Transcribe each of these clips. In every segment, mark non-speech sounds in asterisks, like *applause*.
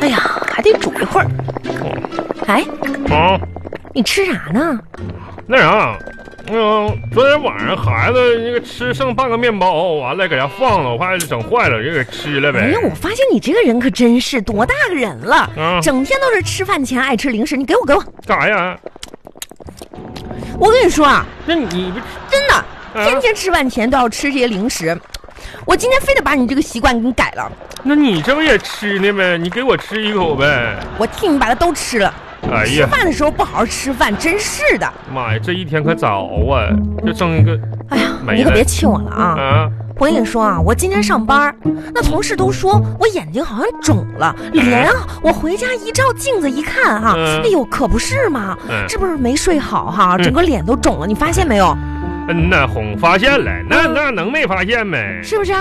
哎呀，还得煮一会儿。哦哎，啊，你吃啥呢？那啥，嗯，昨天晚上孩子那个吃剩半个面包，完了搁家放了，我怕整坏了，就给吃了哎呗呀，。我发现你这个人可真是多大个人了，啊，整天都是吃饭前爱吃零食。你给我给我，干啥呀？我跟你说啊，那你不真的，天啊？天吃饭前都要吃这些零食。我今天非得把你这个习惯给你改了，那你这不也吃呢呗？你给我吃一口呗。我替你把它都吃 *laughs* 了。哎吃呀，饭的时候不好好吃饭，真是的。妈呀，这一天可早啊，就剩一个哎呀，没你可了别气我了啊！啊，我跟你说啊，我今天上班儿，那同事都说我眼睛好像肿了，脸啊，我回家一照镜子一看哈、嗯哎呦，可不是嘛，嗯这不是没睡好哈、嗯整个脸都肿了，你发现没有？嗯呐，哄发现了，那嗯那能没发现呗？是啊不是？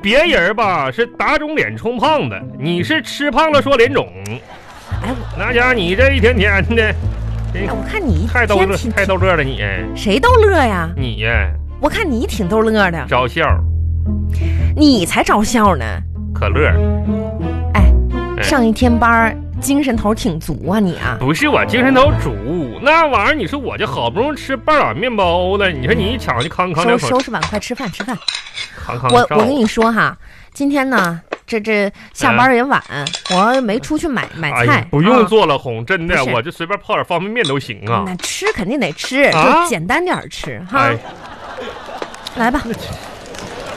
别人吧是打肿脸充胖子，你是吃胖了说脸肿。哎那家伙你这一天天的，哎，我看你一太逗天乐，挺太逗乐了你，哎谁都乐呀，你呀我看你挺逗乐的，招笑你才招笑呢。可乐。哎，哎上一天班儿精神头挺足啊你啊，不是我精神头足，那玩意儿你说我这好不容易吃半碗面包了，你说你一抢就康康收两口收，拾碗筷吃饭吃饭。康康我照。我跟你说哈，今天呢，这这下班儿也晚，我没出去买买嗯哎菜，呀，不用啊做了，红，真的，不是嗯我就随便泡点方便面都行啊。那吃肯定得吃，啊就简单点儿吃哈。哎，来吧，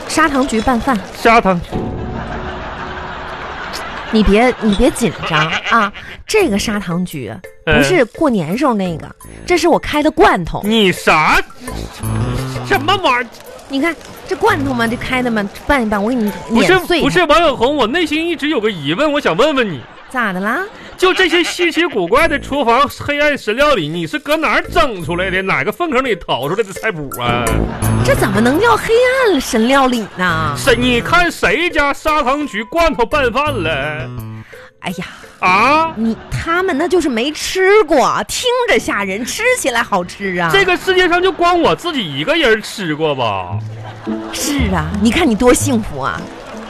砂糖橘拌饭，砂糖你别你别紧张啊，这个砂糖橘不嗯是过年时候那个，这是我开的罐头。你啥？什么玩意儿？你看这罐头嘛，这开的嘛，拌一拌，我给你不是碾碎不它，是，王小红，我内心一直有个疑问，我想问问你，咋的啦？就这些稀奇古怪的厨房黑暗神料理，你是搁哪儿整出来的？哪个粪坑里淘出来的菜谱啊？这怎么能叫黑暗神料理呢？谁？你看谁家砂糖橘罐头拌饭了哎呀，啊？你他们那就是没吃过，听着吓人，吃起来好吃啊！这个世界上就光我自己一个人吃过吧？是啊，你看你多幸福啊，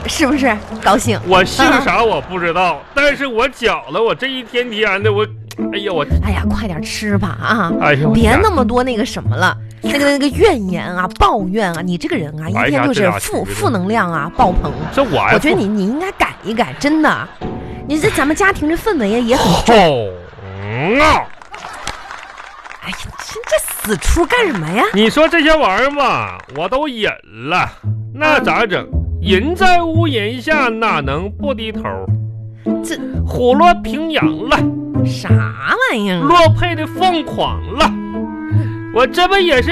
是不是高兴？我姓啊啥我不知道，但是我觉得我这一天天的我，哎呀我，哎呀，快点吃吧啊！哎呀我别天那么多那个什么了，那个那个怨言啊、抱怨啊，你这个人啊，一哎天呀就这是俩负橘子负能量啊，爆棚。这我还我觉得你你应该改一改，真的。你这咱们家庭这氛围啊也很，红啊！哎呀，这这死出干什么呀？你说这些玩意儿吧，我都忍了，嗯那咋整？人在屋檐下，哪能不低头？这虎落平阳了，啥玩意儿？落魄的凤凰了，嗯我这不也是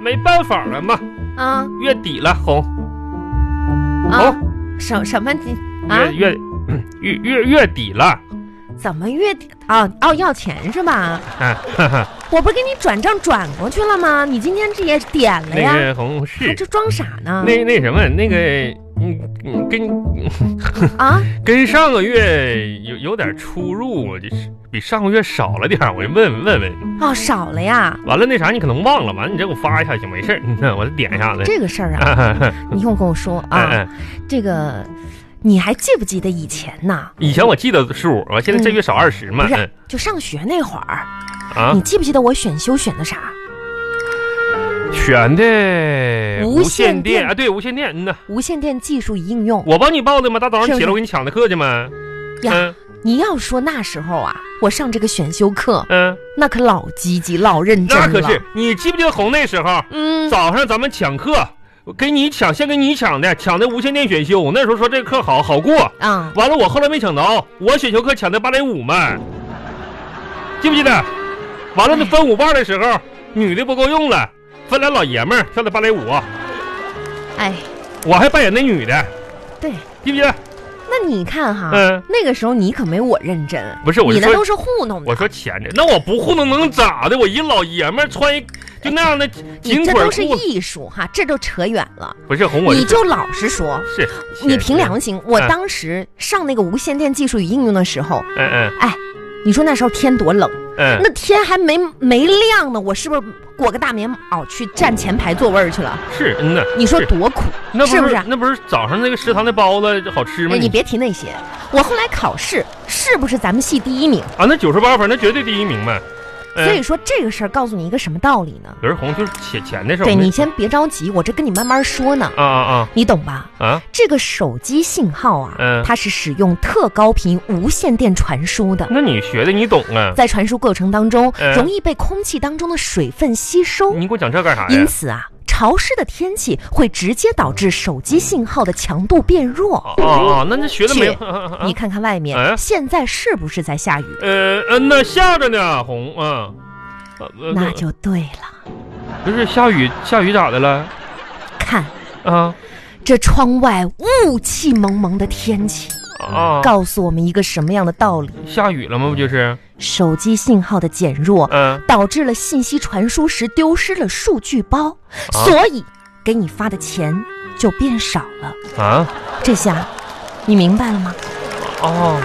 没办法了吗？啊月底了，红哦啊，什什么你啊月？月嗯月月月底了，怎么月底啊？哦，要钱是吧？啊、哈哈我不是给你转账转过去了吗？你今天这也点了哎呀那？个红还是这啊装傻呢？那那什么那个嗯嗯跟啊，跟上个月有有点出入，就是比上个月少了点儿，我就问问问。哦，少了呀。完了，那啥，你可能忘了，完了你这给我发一下行，没事儿，嗯我再点一下子。嗯这个事儿啊， *laughs* 啊你一会儿跟我说哎啊。这个，你还记不记得以前呐？以前我记得数，我现在这月少二十嘛不。是嗯，就上学那会儿，啊你，记不记得我选修选的啥？选的无线电啊，对，无线电。嗯呐，无线电技术与应用。我帮你报的嘛，大早是上不是起来我给你抢的课去嘛。呀嗯你要说那时候啊，我上这个选修课，嗯，那可老积极、老认真那了。可是，你记不记得红那时候，嗯，早上咱们抢课，我给你抢，先给你抢的，抢的无线电选修。我那时候说这课好好过，啊，完了我后来没抢着，我选修课抢的芭蕾舞嘛，记不记得？完了那分舞伴的时候，女的不够用了，分俩老爷们儿跳的芭蕾舞，哎，我还扮演那女的，对，啊记不记得？那你看哈，嗯，那个时候你可没我认真，不是，我你就那都说，是糊弄的。我说前着，那我不糊弄能咋的？我一老爷们儿穿一就那样的你紧这腿都是裤子，艺术哈，这都扯远了。不是哄我你就老实说，是你凭，良心。我嗯当时上那个无线电技术与应用的时候，哎嗯嗯你说那时候天多冷，嗯那天还没没亮呢，我是不是裹个大棉袄去占前排座位儿去了？是嗯呐，你说是多苦，那不是不是？那不是早上那个食堂的包子好吃吗？哎你别提那些，我后来考试是不是咱们系第一名？啊，那九十八分那绝对第一名嘛。嗯所以说这个事儿告诉你一个什么道理呢？刘世红就是钱钱的事儿。对我们你先别着急，我这跟你慢慢说呢，啊啊你懂吧？啊啊，这个手机信号啊，嗯它是使用特高频无线电传输的，那你学的你懂啊？在传输过程当中，嗯容易被空气当中的水分吸收，你给我讲这干啥呀因？此啊，潮湿的天气会直接导致手机信号的强度变弱。哦哦，那那学的没有姐？你看看外面嗯，现在是不是在下雨？ *laughs* 呃嗯，那下着呢，红啊。呃呃那就对了，不是下雨，下雨咋的了？看啊这窗外雾气蒙蒙的天气，啊，告诉我们一个什么样的道理？下雨了吗？不就是？手机信号的减弱，嗯，导致了信息传输时丢失了数据包，啊所以给你发的钱就变少了。啊这下你明白了吗？哦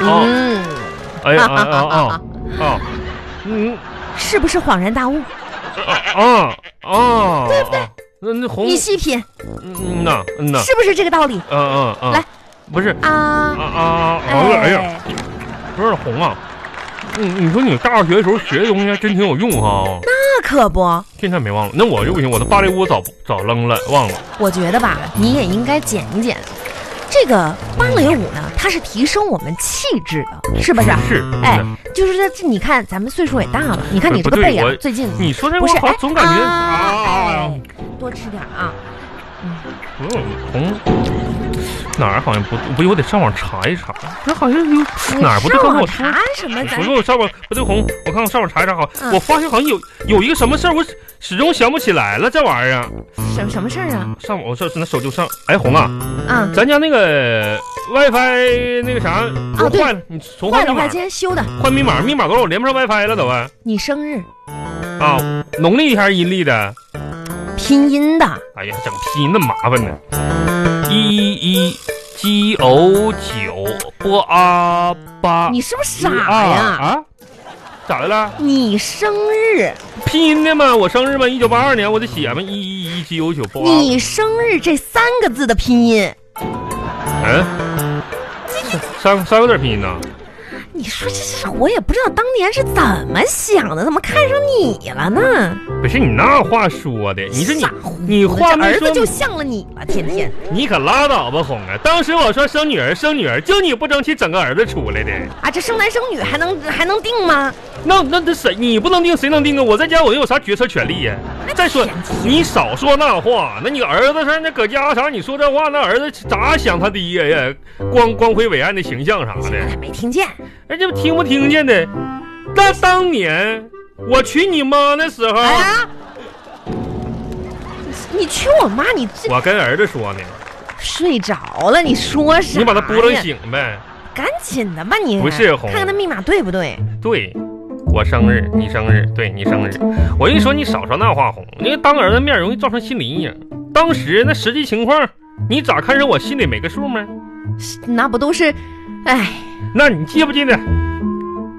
哦，嗯，哎呀啊啊啊哦，嗯 *laughs* 是不是恍然大悟？啊啊，对不对？那那红你，细品，嗯呐嗯呐，是不是这个道理嗯嗯嗯，，不是啊啊？啊，哎呀，，不是红啊，你你说你大学的时候学的东西还真挺有用哈，那可不，现在没忘了，那我就不行，我的芭蕾舞早早扔了，忘了，我觉得吧，你也应该减一减。这个芭蕾舞呢，它是提升我们气质的，是不是？是，嗯哎，就是这这，你看咱们岁数也大了，你看你这不个对背啊我，最近你说这不我是好哎像总感啊觉啊哎，多吃点啊。嗯，红哪儿好像不不，我得上网查一查，这好像有哪儿不对，上刚才网我说查什么？咱不是我上网不对红，我看我上网查一查好，嗯我发现好像有有一个什么事儿，我始始终想不起来了，这玩意儿啊什什么事儿啊？上网我这那手就上，哎红啊，啊，咱家那个 WiFi 那个啥，我对换了，你重坏换了密坏，码，今天修的。换密码，密码多少我连不上 WiFi 了都啊你生日啊，农历还是阴历的？拼音的，哎呀，整拼音那么麻烦呢。一一 G O 九波啊八，你是不是傻呀？啊？咋的了？你生日，拼音的嘛，我生日嘛，一九八二年，我得写嘛，一一一 G O 九波啊。你生日这三个字的拼音，嗯，三三个字拼音呢？你说这是我也不知道当年是怎么想的，怎么看上你了呢？不是你那话说的，你说你傻乎乎的你话这没儿子说就像了你了，天天你可拉倒吧，红啊！当时我说生女儿生女儿，就你不争气，整个儿子出来的。啊，这生男生女还能还能定吗？那那这谁你不能定谁能定啊？我在家我又有啥决策权利呀、再说天你少说那话，那你儿子上那搁家啥？你说这话，那儿子咋想他爹呀？光光辉伟岸的形象啥的，哎没听见，人家听不听见的？那当年我娶你妈那时候，哎呀，你娶我妈，你这我跟儿子说呢，睡着了，你说啥呀？你把他拨楞醒呗。赶紧的吧你，不是红看看他密码对不对？对，我生日，你生日，对你生日，我一说你少说那话红，因为当儿子面容易造成心理阴影。当时那实际情况，你咋看人我心里没个数吗？那不都是，哎，那你记不记得，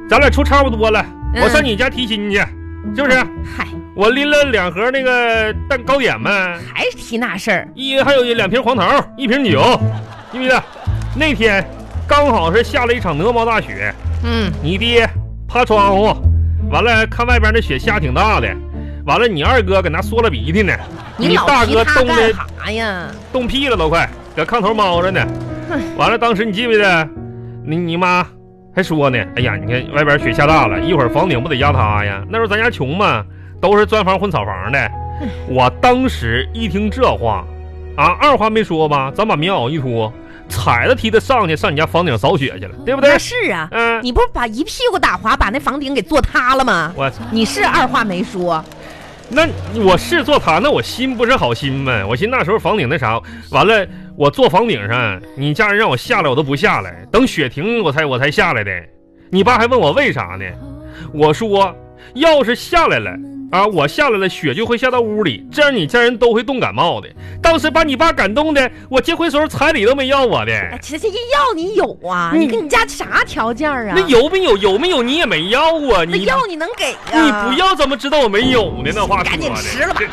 咱俩处差不多了，嗯我上你家提亲去，是不是？嗨，我拎了两盒那个蛋糕眼呗，还是提那事儿，一还有一两瓶黄桃，一瓶酒，记不记得？那天刚好是下了一场鹅毛大雪，嗯。你爹趴窗户，完了看外边那雪下挺大的，完了你二哥搁那缩了鼻涕呢，你老大提哥他冻干的啥呀？冻屁了都快，搁炕头猫着呢哎。完了，当时你记不记得，你你妈还说呢，哎呀，你看外边雪下大了，一会儿房顶不得压塌呀？那时候咱家穷嘛，都是砖房混草哎房的。我当时一听这话，啊，二话没说吧，咱把棉袄一脱，踩着踢的上去，上你家房顶扫雪去了，对不对那？是啊，嗯、你不是把一屁股打滑，把那房顶给坐塌了吗？我你是二话没说，那我是做他，那我心不是好心呗？我寻思那时候房顶那啥，完了我坐房顶上，你家人让我下来我都不下来，等雪停我才我才下来的。你爸还问我为啥呢？我说要是下来了，啊，我下来了，雪就会下到屋里，这样你家人都会冻感冒的。当时把你爸感动的，我结婚时候彩礼都没要我的，哎，这这要你有啊？你你跟你家啥条件啊？嗯那有没有？有没有？你也没要啊！那你要你能给呀、你不要，怎么知道我没有呢？那话说啊的，赶紧吃了吧这。